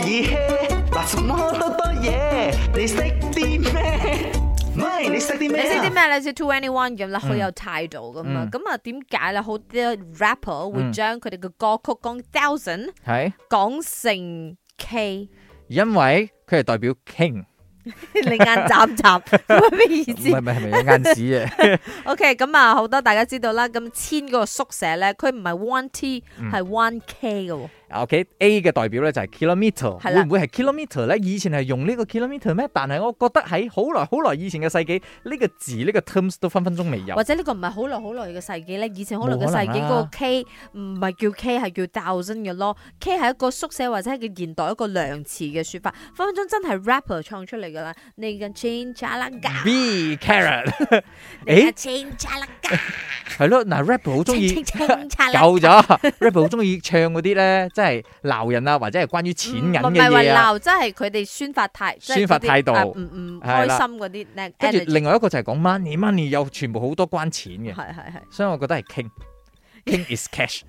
嘢？嗱，什麼多多嘢？你識啲咩？唔係你識啲咩你啊？識啲咩？你識 To Anyone 咁啦，好嗯有態度噶嘛嗯。咁啊，點解咧？好多 rapper 會嗯將佢哋嘅歌曲講 thousand 係講成 K，因為佢係代表 king，你眼眨眨，咩意唔思係唔係唔係眼屎啊， ？OK，咁啊，好多大家知道啦。咁千個縮寫咧，佢唔係 one T，嗯係 one K 嘅喎。啊 OK，A 嘅代表咧就係 kilometer，係啦會唔會係 kilometer 咧？以前係用呢個 kilometer 咩？但係我覺得喺好耐好耐以前嘅世紀，呢、個字呢、個 terms 都分分鐘未有或。者呢個唔係好耐好耐嘅世紀咧，以前好耐嘅冇可世能紀嗰啦個 K 唔係叫 K 係叫 thousand 嘅咯，K 係一個縮寫或者係一個現代一個量詞嘅說法，分分鐘真係 rapper 唱出嚟噶啦，你嘅 chain c h a l a n g a B carrot， 你嘅誒 chain c h a l a n g a 係咯，嗱 rap 好中 chain 意 chain c h a l a n 有咗 rap 好中意唱嗰啲咧，即係鬧人啊，或者係關於錢唔銀嘅係話嘢啊。鬧，真係佢哋宣發態，即係宣發嗰啲態度啊唔唔開係啦心嗰啲 e 跟住 n 另外一個就係講 money money 又全部好多關錢係，係嘅係。所以我覺得係 king king is cash，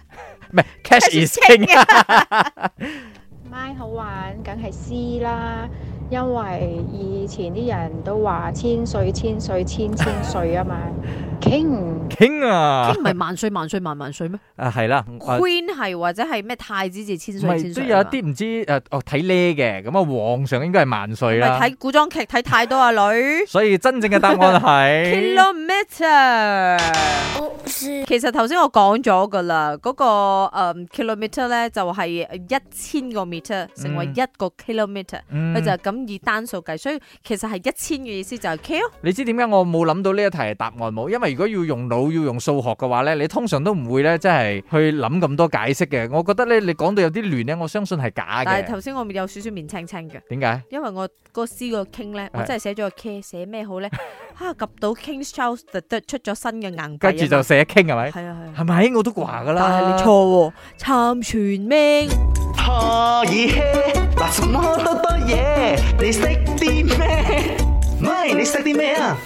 唔 係 cash is king king 啊。咪好玩，梗係 C 啦，因為以前啲人都話千歲千歲千千歲啊嘛，King。 king 啊唔，係萬歲萬歲萬萬歲咩啊係啦，啊？Queen 係或者係咩太子字千唔歲係千都歲有啊一嘛啲唔知誒哦睇呢嘅，咁啊皇上應該係萬歲咪啦。睇古裝劇睇太多啊女。所以真正嘅答案 係 kilometer。其實頭先我講咗噶啦，嗰、個誒 kilometer 咧就係一千個 meter 成為一個 kilometer，佢、嗯就咁以單數計，所以其實係一千嘅意思就係 k 咯。你知點解我冇諗到呢一題係答案冇？因為如果要用腦要用數學嘅話咧，你通常都唔會咧，即係去諗咁多解釋嘅。我覺得咧，你講到有啲亂咧，我相信係假但係嘅。頭先我咪有少少面青青嘅，點解？因為我個詩個 king 咧，我係真係寫咗個 k，寫咩好 咧？啊，及到 King Charles the Third 出咗新嘅硬幣啊嘛，跟住就寫傾係咪？係啊係啊，係咪？我都話噶啦。但係你錯喎，參全咩？可以嘿，嗱，什麼多多嘢？你識啲咩？唔係你識啲咩啊？